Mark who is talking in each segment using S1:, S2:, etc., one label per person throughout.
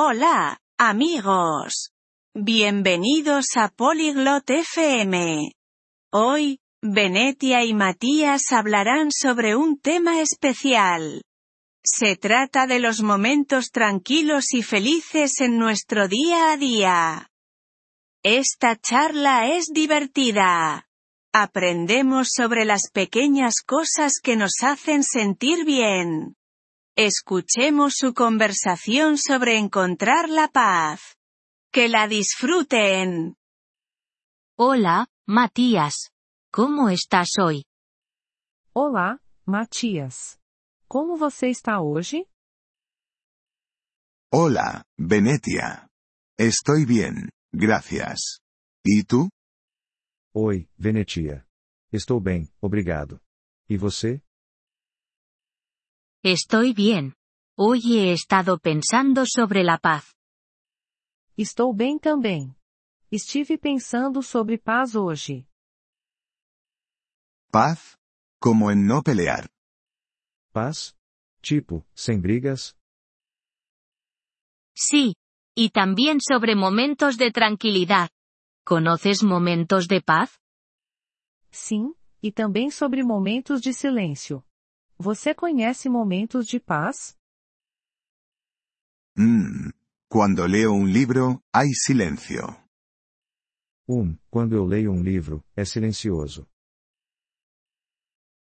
S1: Hola, amigos. Bienvenidos a Polyglot FM. Hoy, Venetia y Matías hablarán sobre un tema especial. Se trata de los momentos tranquilos y felices en nuestro día a día. Esta charla es divertida. Aprendemos sobre las pequeñas cosas que nos hacen sentir bien. Escuchemos su conversación sobre encontrar la paz. Que la disfruten.
S2: Hola, Matías. ¿Cómo estás hoy?
S3: Olá, Matias. Como você está hoje?
S4: Hola, Venetia. Estoy bien, gracias. ¿Y tú?
S5: Oi, Venetia. Estou bem, obrigado. E você?
S2: Estoy bien. Hoy he estado pensando sobre la paz.
S3: Estou bem também. Estive pensando sobre paz hoje.
S4: Paz. Como en no pelear.
S5: Paz? Tipo, sem brigas?
S2: Sí. Y también sobre momentos de tranquilidad. ¿Conoces momentos de paz?
S3: Sim, e também sobre momentos de silêncio. Você conhece momentos de paz?
S4: Mm, Cuando leo un libro, hay silencio.
S5: Um, quando eu leio um livro, é silencioso.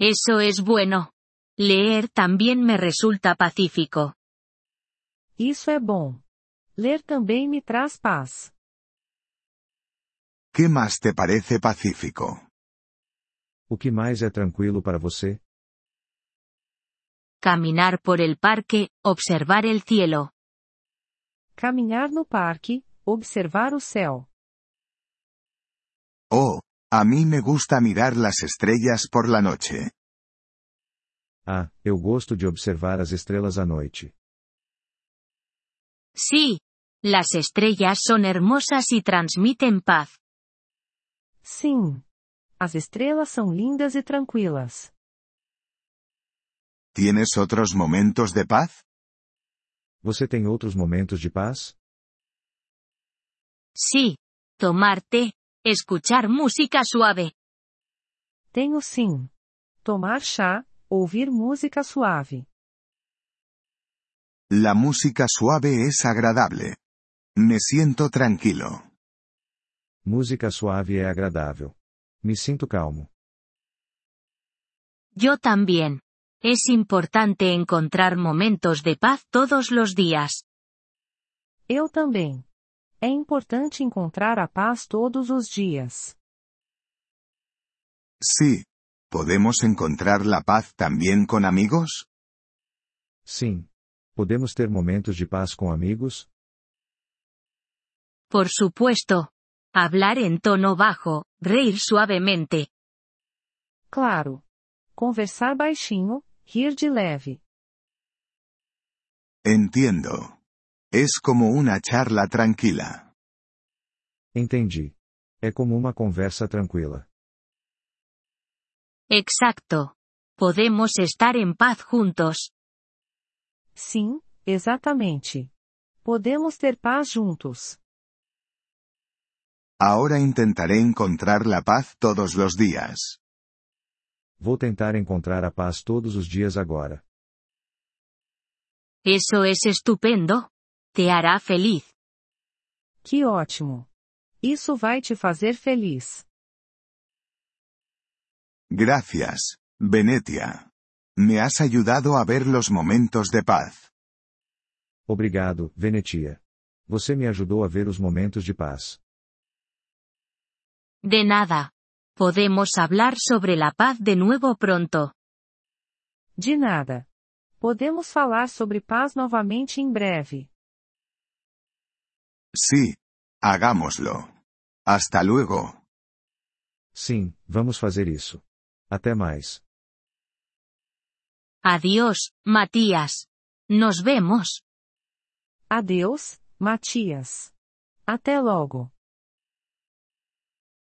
S2: Eso es bueno. Leer también me resulta pacífico.
S3: Isso é bom. Ler também me traz paz.
S4: ¿Qué más te parece pacífico?
S5: O que mais é tranquilo para você?
S2: Caminar por el parque, observar el cielo.
S3: Caminhar no parque, observar o céu.
S4: Oh, a mí me gusta mirar las estrellas por la noche.
S5: Ah, eu gosto de observar as estrelas à noite.
S2: Sí. Las estrellas son hermosas y transmiten paz.
S3: Sim. As estrelas são lindas e tranquilas.
S4: ¿Tienes otros momentos de paz?
S5: Você tem outros momentos de paz?
S2: Sí. Tomar té, escuchar música suave.
S3: Tenho sim. Tomar chá, ouvir música suave.
S4: La música suave es agradable. Me siento tranquilo.
S5: Música suave é agradável. Me sinto calmo.
S2: Yo también. Es importante encontrar momentos de paz todos los días.
S3: Eu também. É importante encontrar a paz todos os dias.
S4: Sí. ¿Podemos encontrar la paz también con amigos?
S5: Sim. Podemos ter momentos de paz com amigos?
S2: Por supuesto. Hablar en tono bajo, reír suavemente.
S3: Claro. Conversar baixinho, rir de leve.
S4: Entiendo. Es como una charla tranquila.
S5: Entendi. É como uma conversa tranquila.
S2: Exacto. Podemos estar en paz juntos.
S3: Sim, exatamente. Podemos ter paz juntos.
S4: Ahora intentaré encontrar la paz todos los días.
S5: Vou tentar encontrar a paz todos os dias agora.
S2: Eso es estupendo. Te hará feliz.
S3: Que ótimo! Isso vai te fazer feliz.
S4: Gracias, Venetia. Me has ayudado a ver los momentos de paz.
S5: Obrigado, Venetia. Você me ajudou a ver os momentos de paz.
S2: De nada. Podemos hablar sobre la paz de nuevo pronto.
S3: De nada. Podemos falar sobre paz novamente em breve.
S4: Sí. Hagámoslo. Hasta luego.
S5: Sim, vamos fazer isso. Até mais.
S2: Adiós, Matías. Nos vemos.
S3: Adeus, Matias. Até logo.